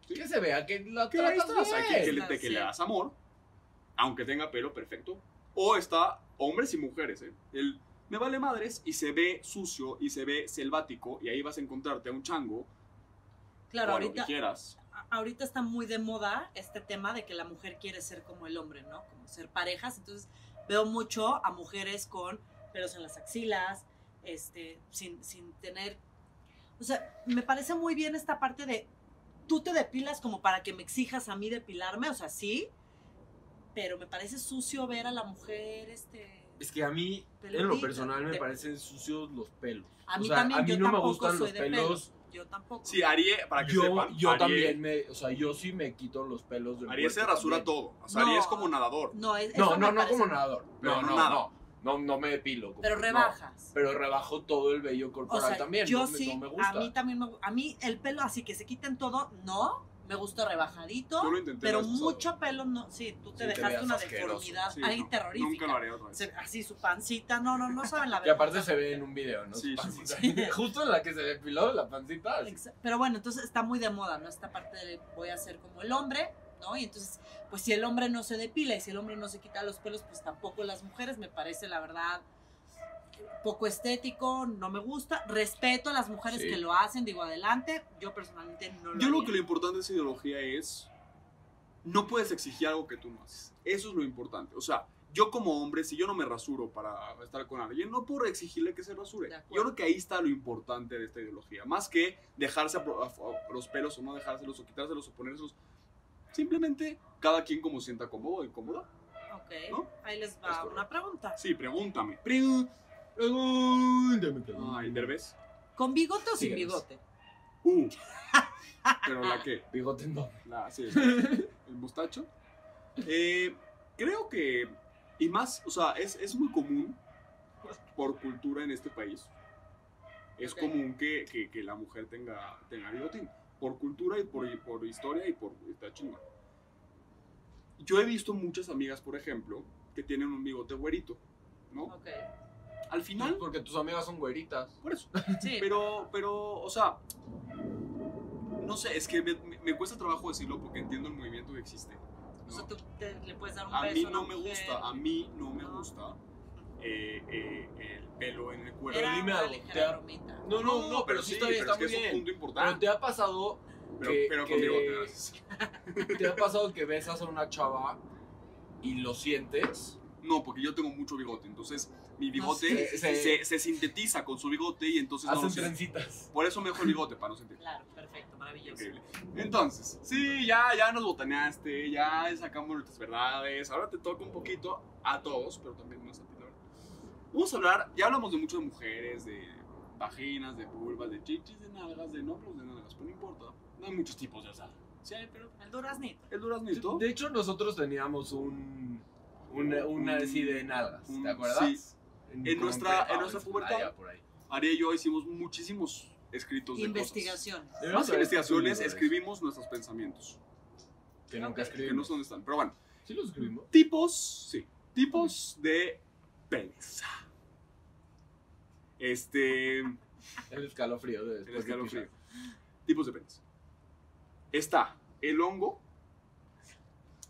Que se vea que la
que ahí
tratas
estás,
bien.
aquí, que, le,
Ah,
de que
sí.
le das amor, aunque tenga pelo perfecto. O está hombres y mujeres, ¿eh? El me vale madres y se ve sucio y se ve selvático y ahí vas a encontrarte a un chango
Claro,
o a lo que
ahorita,
quieras.
a- ahorita está muy de moda este tema de que la mujer quiere ser como el hombre, ¿no? Como ser parejas. Entonces veo mucho a mujeres con pelos en las axilas, este, sin, sin tener... O sea, me parece muy bien esta parte de, tú te depilas como para que me exijas a mí depilarme, o sea, sí, pero me parece sucio ver a la mujer, este,
Es que a mí, en lo
Peludita,
personal, me
de-
parecen sucios los pelos.
A mí
o sea,
también,
a mí
yo
no me
tampoco
gustan
soy
los
de pelos.
pelos.
Yo tampoco.
Sí, Arié, para que
yo
sepan.
yo
Arié-
también me, o sea, yo sí me quito los pelos del
Arié se
cuerpo
rasura
también.
todo. O sea, Arié
No.
es como nadador.
No, es,
No,
eso me
no, no
parece-
como nadador.
Pero
No,
no
no,
nada.
no. No, no me depilo. como-
Pero
no.
rebajas.
Pero rebajo todo el vello
O
corporal
sea,
también.
yo
no, me-
sí,
no me gusta.
a mí también me gu- A mí el pelo así que se quiten todo, no. Me gusta rebajadito.
Yo lo intenté.
Pero
la vez pasada.
mucho pelo, no. Sí, tú
Sí,
te
te
dejaste
veías
una
asqueroso.
deformidad
Sí,
ahí
no,
terrorífica.
Nunca lo haré otra vez.
Se- así su pancita, no, no, no saben la
Que
verdad.
aparte se ve en un video, ¿no?
Sí,
Su
sí,
pancita. Justo en la que se depiló la pancita. así.
Exa- Pero bueno, entonces está muy de moda, ¿no? Esta parte de voy a ser como el hombre, ¿no? Y entonces, pues si el hombre no se depila y si el hombre no se quita los pelos, pues tampoco las mujeres, me parece la verdad poco estético, no me gusta. Respeto a las mujeres
Sí.
que lo hacen, digo adelante, yo personalmente no lo
Yo creo
haría.
que lo importante de esa ideología es. No puedes exigir algo que tú no haces. Eso es lo importante. O sea, yo como hombre, si yo no me rasuro para estar con alguien, no puedo exigirle que se rasure.
De acuerdo.
Yo creo que ahí está lo importante de esta ideología. Más que dejarse apro- a- a- los pelos o no dejárselos o quitárselos o ponérselos. Simplemente cada quien como sienta cómodo y cómoda.
Ok,
¿no?
ahí les
Es
va
correcto.
una pregunta.
Sí, pregúntame.
Pregú- Pregúntame,
Mm.
pregúntame.
Ay, Derbez.
¿Con bigote o sin
Síguenos.
bigote?
Uh. Pero la que.
Bigote no.
La, Ah, sí, el el mostacho. Eh, creo que, y más, o sea, es, es muy común por cultura en este país. Es
Ok.
común que, que- que la mujer tenga, tenga bigotín. Por cultura y por, y por historia y por... Está chingón. Yo he visto muchas amigas, por ejemplo, que tienen un bigote güerito, ¿no?
Ok,
Al final,
Porque tus amigas son güeritas.
por eso.
sí.
Pero, pero, o sea, no sé, es que me, me- me cuesta trabajo decirlo porque entiendo el movimiento que existe.
o
¿no?
sea, tú te- le puedes dar un
A
beso
mí
a
no
una
me
mujer.
gusta, a mí no me
No.
gusta eh, eh, el pelo en el cuerpo.
Era
dime
una
algo,
ligera
te ha-
bromita.
No, no, no, pero sí está bien,
pero
está
es que
muy
es un
bien.
punto
Pero
importante.
te ha pasado,
Pero,
que-
pero
que-
con bigote, gracias.
te ha pasado que besas a una chava y lo sientes.
No, porque yo tengo mucho bigote, entonces mi bigote
sé,
se,
se-
se sintetiza con su bigote y entonces no lo
Hacen
siento.
trencitas.
Por eso me dejo el bigote, para no sentir.
Claro, perfecto, maravilloso.
Increíble. Entonces, sí, ya, ya nos botaneaste, ya sacamos nuestras verdades. Ahora te toca un poquito a todos, pero también más a ti, la verdad. Vamos a hablar, ya hablamos de muchas mujeres, de vaginas, de vulvas, de chichis, de nalgas, de nóbulos, de nalgas, pero no importa. No hay muchos tipos, ya sabes. Sí, hay, pero
El duraznito.
el duraznito.
De hecho, nosotros teníamos un. Una, una
Un-
así de nalgas,
un-
¿te acuerdas?
Mm, sí. En
como
nuestra-
prepa
en
o
nuestra
secundaria,
pubertad.
por ahí.
Ari y yo hicimos muchísimos escritos de
Investigación.
cosas. Más que
Debemos haber escrito un
investigaciones,
libro de
escribimos nuestros pensamientos.
eso, Que nunca
Que no
escribimos.
sé dónde están, pero bueno.
Sí, lo escribimos.
tipos, sí, tipos de penes. Este, el
El escalofrío de después de
escalofrío.
pisar.
Tipos de penes. Está el hongo,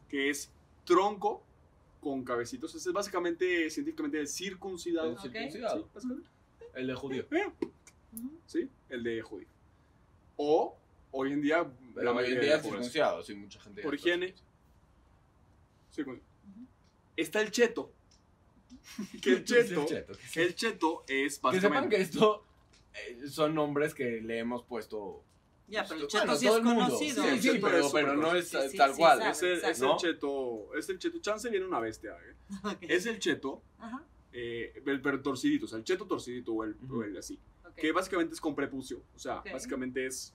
que es tronco con cabecitos. Este es básicamente, científicamente, el circuncidado.
El
Ok.
circuncidado.
Ah, Sí, básicamente.
El de judío.
Ujú.
Sí, el de judío. O, hoy en día,
Pero
la
hoy en
mayoría
día
de
es
la población.
circuncidado, sí, mucha gente.
Por
ya está
higiene.
circuncidada.
Circun- Está el cheto. Que el
¿Qué es
cheto,
cheto? ¿Qué es
el cheto es
Que sepan
básicamente...
que esto eh, son nombres que le hemos puesto.
Ya, pero el
Este, Bueno,
cheto sí
todo
es
el mundo.
conocido.
Sí,
El
sí,
cheto es
pero,
súper
pero no es
conocido. Sí, sí,
tal
sí,
cual.
sabe.
Es el, es
¿No?
el cheto, es el cheto. Chance viene una bestia. ¿eh?
Ok.
Es el cheto,
Ajá,
eh, el- pero torcidito, o sea, el cheto torcidito o el,
Ujú.
o el así.
ok.
Que básicamente es con prepucio. O sea,
Ok.
básicamente es.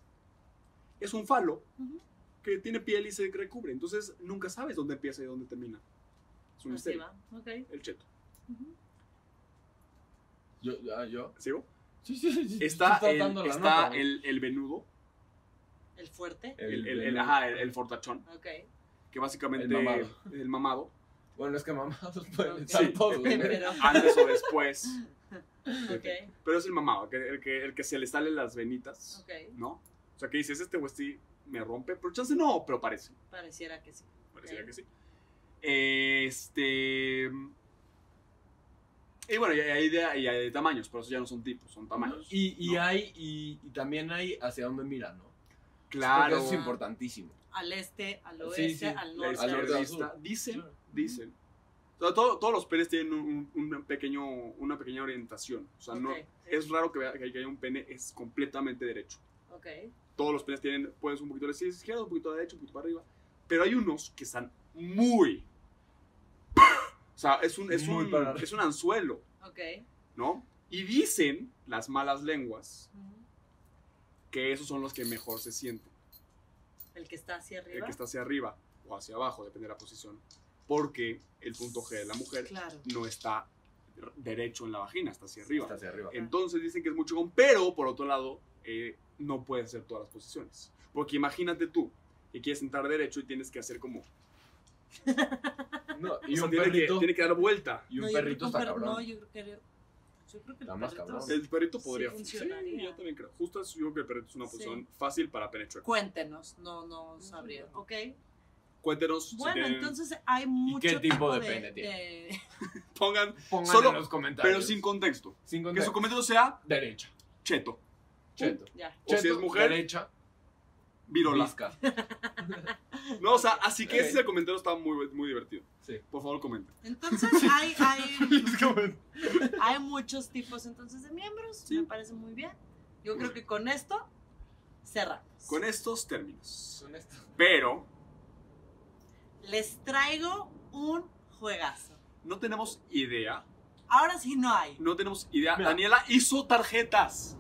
Es un falo
Ujú.
que tiene piel y se recubre. Entonces nunca sabes dónde empieza y dónde termina. Es un
Así
misterio.
va, ok.
El cheto.
Ujú.
Yo, ah, yo.
¿Sigo?
Sí, sí, sí, sí.
Está,
estoy
el,
dando la
está
nota, ¿eh? güey.
el, el venudo,
El fuerte.
el, el- el- ajá, el- el fortachón,
Ok.
que básicamente.
El mamado.
el mamado,
Bueno, es que mamados pueden
Ok.
estar
Sí,
todos.
depende.
güey.
Pero,
antes o después.
ok,
Pero es el mamado, que- el, que, el que se le salen las venitas.
ok.
¿no? O sea, que dices, este güey sí me rompe, pero chance no, pero parece,
Pareciera que sí.
pareciera
Ok.
que sí. Este... Y bueno, y hay, de, y hay de tamaños, pero eso ya no son tipos, son tamaños.
Y, y
No.
hay, y, y también hay hacia dónde mira, ¿no?
claro,
Porque eso es importantísimo.
Al este, al
Sí,
oeste,
sí,
al
la
norte.
al norte.
izquierdista, dicen,
Claro.
dicen. O sea, todo- todos los penes tienen un, un- un pequeño, una pequeña orientación. O sea, no,
Ok.
es raro que, vea- que haya un pene es completamente derecho.
Ok,
todos los penes tienen, puedes un poquito a la izquierda, un poquito a la derecha, un poquito para arriba. Pero hay unos que están muy O sea, es un, es
Muy
un,
para-
es un anzuelo,
Ok.
¿no? Y dicen las malas lenguas
Ujú.
que esos son los que mejor se sienten.
El que está hacia arriba.
El que está hacia arriba o hacia abajo, depende de la posición. Porque el punto G de la mujer
Claro.
no está derecho en la vagina, está hacia arriba.
Está hacia arriba.
Eh,
Entonces dicen que es muy chingón, pero por otro lado, eh, no puedes hacer todas las posiciones. Porque imagínate tú que quieres sentar derecho y tienes que hacer como.
No,
o
y
sea,
un
tiene, que,
perrito.
tiene que dar vuelta.
Y un
No, yo creo que
perrito está
per- No,
cabrón.
yo creo que. Yo creo que
Está
el
más
perrito
cabrón.
es-
El perrito
Sí
podría. Sí,
funcionaría.
yo también creo. Justo eso, yo creo que el perrito es una
Sí.
posición fácil para penetrar.
Cuéntenos, no, no sabría. Ok.
Cuéntenos. si
Bueno,
tienen-
entonces hay mucho.
qué tipo de pene tiene?
de-
Pongan,
Pongan
Solo-
en los comentarios.
pero sin contexto.
Sin
Que su
contexto.
comentario sea
Derecha.
cheto,
Cheto.
Ya.
si es
Cheto,
mujer,
Derecha.
virola.
Visca.
No, o sea, así que
Ok.
ese es el comentario está muy, muy divertido.
Sí.
Por favor, comenten.
Entonces hay, hay, hay muchos tipos entonces de miembros.
Sí.
Me parece muy bien. Yo creo que con esto cerramos.
Con estos términos.
Son estos.
Pero
e-
Les traigo un juegazo.
no tenemos idea
Ahora sí no hay.
No tenemos idea.
Mira.
Daniela hizo tarjetas.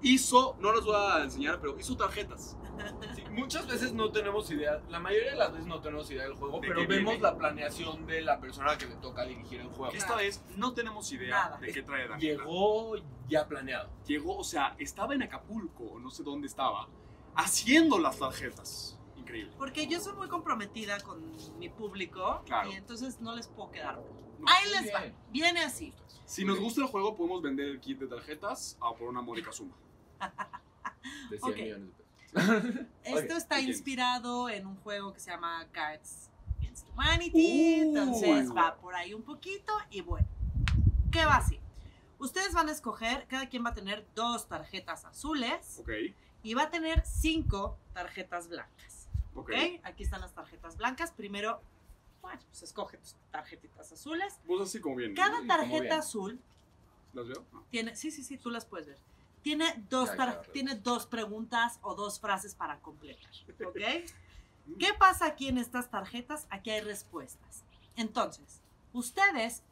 Hizo, no las voy a enseñar, pero hizo tarjetas.
Sí, muchas veces no tenemos idea, la mayoría de las veces no tenemos idea del juego,
¿De
pero
qué
vemos
viene?
la planeación de la persona que le toca dirigir el juego.
Esta vez no tenemos idea
Nada.
de qué trae Daniela.
Llegó ya planeado.
Llegó, o sea, estaba en Acapulco, o no sé dónde estaba, haciendo las tarjetas. Increíble.
Porque yo soy muy comprometida con mi público.
Claro.
Y entonces no les puedo quedar.
No.
Ahí
muy
les va.
bien.
Viene así.
Si nos gusta el juego, podemos vender el kit de tarjetas a por una módica suma.
De 100
Ok.
millones de pesos.
Esto está
ok.
inspirado en un juego que se llama Cards Against Humanity.
Uh.
entonces va por ahí un poquito y bueno, ¿qué va así? Ustedes van a escoger, cada quien va a tener dos tarjetas azules
Ok,
y va a tener cinco tarjetas blancas.
ok.
¿Ok? Aquí están las tarjetas blancas. Primero, bueno, pues escoge tus tarjetitas azules.
Pues así como bien.
Cada
Mm, muy bien.
tarjeta azul
¿Las veo? Ah. No.
tiene, sí, sí, sí, tú las puedes ver. Tiene dos,
Ya,
tar-
claro.
tiene dos preguntas o dos frases para completar, ¿ok? ¿Qué pasa aquí en estas tarjetas? Aquí hay respuestas. Entonces, ustedes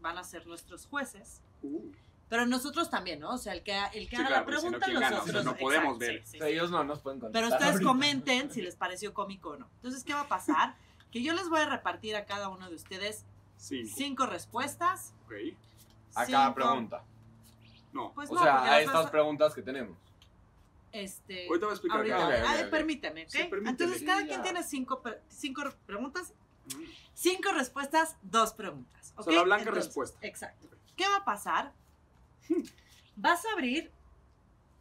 van a ser nuestros jueces,
Uh,
pero nosotros también, ¿no? O sea, el que, el
Sí,
que haga
claro,
la
porque si no,
pregunta,
¿quién
los
gana? O sea,
otros.
no podemos
exacto,
ver.
sí, sí,
O sea,
sí.
ellos no nos pueden contestar.
Pero ustedes
ahorita.
comenten si les pareció cómico o no. Entonces, ¿qué va a pasar? Que yo les voy a repartir a cada uno de ustedes
cinco.
cinco respuestas.
Ok.
A cada
cinco-
pregunta.
No.
Pues
o
no,
sea,
porque
a
las vas
estas preguntas que tenemos.
Este,
Ahorita voy a explicar.
Ahorita,
cada-
Ok, ok,
ay,
ok.
permíteme, ¿ok?
Sí, permíteme.
Entonces, cada
Sí,
quien
ya.
tiene cinco, pre- cinco re- preguntas,
Mm.
cinco respuestas, dos preguntas.
O
¿ok?
sea, la blanca
Entonces,
respuesta.
Exacto. ¿Qué va a pasar? Vas a abrir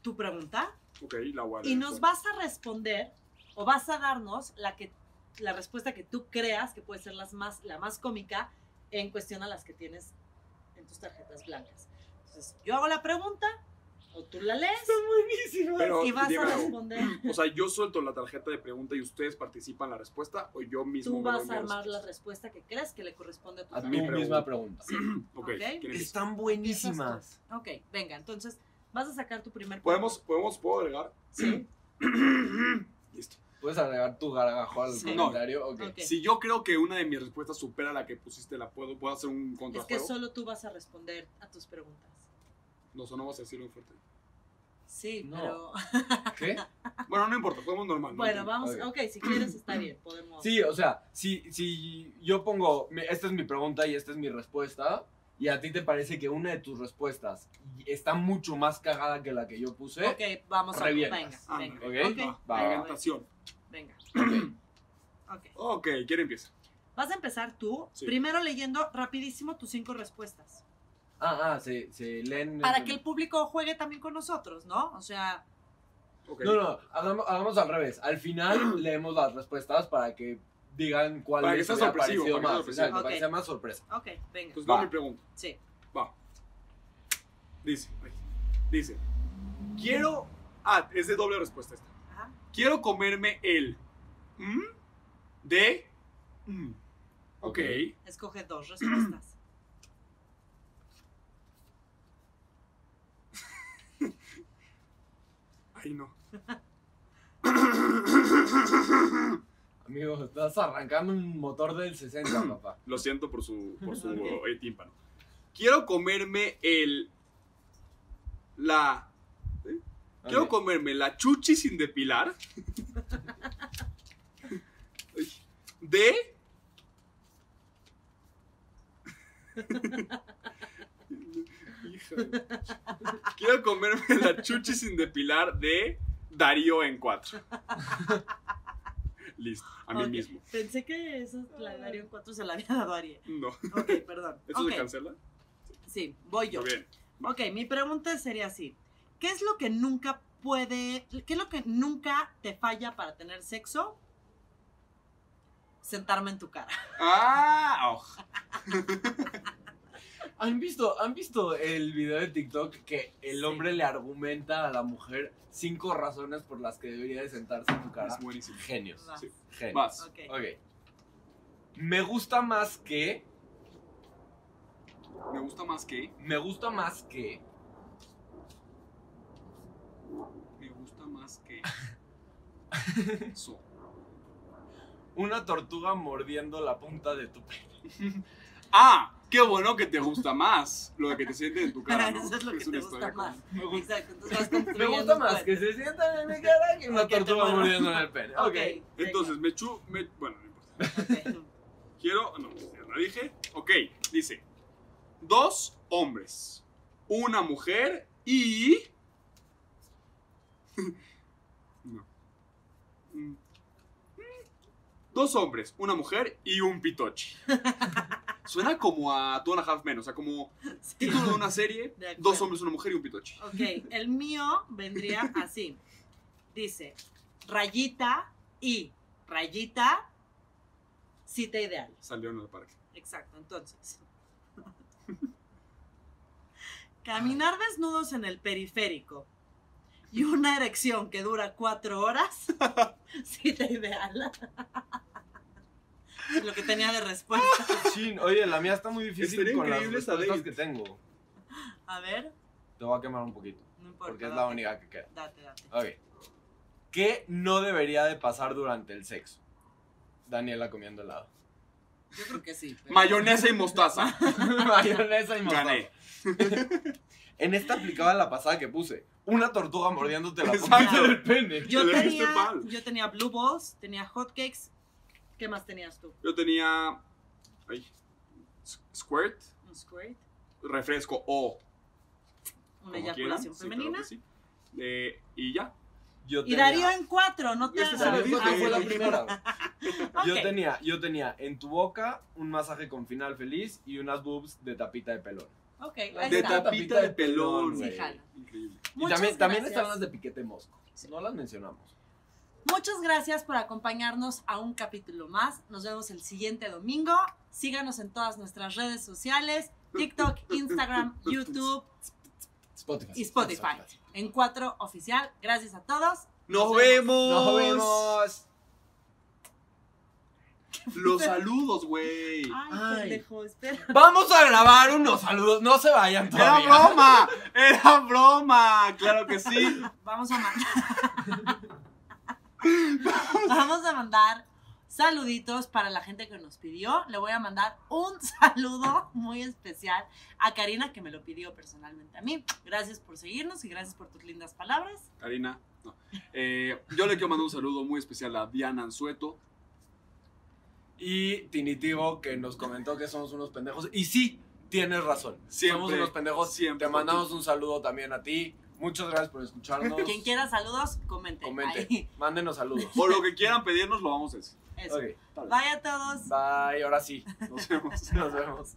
tu pregunta
Ok, la guardo.
y nos vas a responder o vas a darnos la, que, la respuesta que tú creas que puede ser las más, la más cómica en cuestión a las que tienes en tus tarjetas blancas. Entonces, yo hago la pregunta o tú la lees
Pero,
y vas
Diego,
a responder.
O sea, yo suelto la tarjeta de pregunta y ustedes participan en la respuesta o yo mismo.
Tú
me doy
vas
mi
a armar la
respuesta?
respuesta que crees que le corresponde a tu
A tu
Mi
familia.
pregunta.
misma pregunta.
Ok,
Ok.
¿quién empieza?
Están
buenísimas.
buenísimas.
Ok, venga, entonces vas a sacar tu primer
¿Podemos, podemos, ¿Puedo agregar?
Sí.
Listo.
¿Puedes agregar tu gargajo al
Sí.
comentario? Ok.
Ok.
Si yo creo que una de mis respuestas supera la que pusiste, la puedo, puedo hacer un
Es que
contrajuego.
solo tú vas a responder a tus preguntas.
No, eso no vas a decirlo muy fuerte.
Sí,
No.
pero
¿Qué?
Bueno, no importa, podemos normal. ¿no?
bueno, vamos,
Ok.
ok, si quieres está bien, podemos.
Sí, o sea, si, si yo pongo, mi- esta es mi pregunta y esta es mi respuesta, y a ti te parece que una de tus respuestas está mucho más cagada que la que yo puse,
Ok, vamos a venga, venga,
¿eh? Revientas.
Ah,
venga,
ok,
ok,
va,
va,
venga,
Tentación.
venga. Ok.
Ok, ¿quién empieza?
Vas a empezar tú,
Sí.
primero leyendo rapidísimo tus cinco respuestas.
ah, ah, se, se leen...
Para que el público juegue también con nosotros, ¿no? O sea,
Ok.
No, no, hagamos, hagamos al revés. Al final leemos las respuestas para que digan cuál
Para que
les
sea
había
sorpresivo,
parecido
para que sea
más,
sorpresivo.
exacto, para que
Ok.
sea más sorpresa.
ok, venga.
Pues
Va.
va mi pregunta.
Sí.
Va. Dice, ay, dice, quiero... Ah, es de doble respuesta esta.
Ajá.
Quiero comerme el mm, de mm. Ok.
Escoge dos respuestas.
Ay, no.
Amigo, estás arrancando un motor del 60, papá.
Lo siento por su, por su
Ok.
eh, tímpano. Quiero comerme el. La. Quiero
Ok.
comerme la chuchi sin depilar. Ay, De. Hija. Quiero comerme la chuchi sin depilar de Darío en 4. Listo, a mí
Ok,
mismo.
Pensé que eso la de Darío en 4 se la había dado a Ariel.
No,
Ok, perdón.
¿esto
Ok,
se cancela?
sí, voy yo.
Muy bien.
Ok, mi pregunta sería así. ¿Qué es lo que nunca puede, qué es lo que nunca te falla para tener sexo? Sentarme en tu cara.
¡Ah! oj.
¿Han visto, ¿Han visto el video de TikTok que el
Sí.
hombre le argumenta a la mujer cinco razones por las que debería de sentarse en tu cara?
Es buenísimo.
Genios.
Vas.
Sí.
Genios.
Vas.
Ah, Ok.
Ah. Ok. Me gusta más que.
Me gusta más que.
Me gusta más que.
Me gusta más que. So.
Una tortuga mordiendo la punta de tu pelo.
Ah, qué bueno que te gusta más lo de que te sientes en tu cara. ¿no?
Eso es lo que
una
te gusta
historia como-
más.
Me gusta,
Exacto. Entonces
me
vas construyendo
gusta
un
más que
cuerpo.
se sientan en mi cara que una
Ok, te
tortuga
muero.
mordiendo en el pene. Ok.
Ok, venga,
Entonces, me chu. Me, bueno, no importa.
ok.
Quiero. No, ya la dije. Ok, dice: Dos hombres, una mujer y. no. Mm. Dos hombres, una mujer y un pitochi. Suena como a Two and a Half Men, o sea, como
Sí.
título de una serie:
De acuerdo.
Dos hombres, una mujer y un pitochi.
Ok, el mío vendría así. Dice, rayita y rayita, cita ideal.
Salieron al parque.
Exacto, entonces. Caminar desnudos en el periférico y una erección que dura cuatro horas, cita ideal. Es Lo que tenía de respuesta.
Chin, oye, la mía está muy difícil
Estaría
con las
increíble esa
respuestas
date.
que tengo.
A ver,
Te voy a quemar un poquito.
no importa.
Porque es la única que queda.
Date, date.
Ok. ¿Qué no debería de pasar durante el sexo? Daniela comiendo helado.
Yo creo que sí. pero-
Mayonesa y mostaza.
Mayonesa y mostaza.
Gané.
En esta aplicaba la pasada que puse. Una tortuga mordiéndote la
Exacto.
punta del pene.
Te
Yo
la diste
tenía,
mal.
yo tenía blue balls, tenía hotcakes. ¿Qué más tenías tú?
Yo tenía. ay, s- squirt,
Un squirt,
refresco o.
una
como
eyaculación
quieran. Sí,
femenina.
claro que sí. Eh, y ya.
Yo
Y Darío en cuatro, no te
Este
hagas.
se lo dije.
Ah, fue la
Ah,
primera. Yo
ok.
tenía, yo tenía en tu boca un masaje con final feliz y unas boobs de tapita de pelón.
Ok, ahí
De
está.
tapita de pelón,
Sí,
güey.
jala.
Increíble.
Y
Muchas
también, también
gracias.
están las de piquete mosco. No las mencionamos.
Muchas gracias por acompañarnos a un capítulo más. Nos vemos el siguiente domingo. Síganos en todas nuestras redes sociales, TikTok, Instagram, YouTube
Spotify.
y Spotify. En cuatro oficial. Gracias a todos.
¡Nos,
Nos
vemos!
Nos vemos.
Los saludos, güey.
Ay,
Ay.
pendejo, espera.
Vamos a grabar unos saludos. No se vayan
¡Era
todavía.
broma! ¡Era broma! ¡Claro que sí!
Vamos a mandar. Vamos a mandar saluditos para la gente que nos pidió. Le voy a mandar un saludo muy especial a Karina, que me lo pidió personalmente a mí. Gracias por seguirnos y gracias por tus lindas palabras.
Karina, no. Eh, yo le quiero mandar un saludo muy especial a Diana Anzueto.
Y Tinitivo que nos comentó que somos unos pendejos. Y sí, tienes razón.
Siempre,
somos unos pendejos.
siempre.
Te mandamos un saludo también a ti. Muchas gracias por escucharnos.
Quien quiera saludos, comente.
Comente.
Ahí,
Mándenos saludos.
Por lo que quieran pedirnos, lo vamos a decir.
eso.
Ok.
Bye a todos.
Bye. Ahora sí.
Nos vemos.
Nos vemos.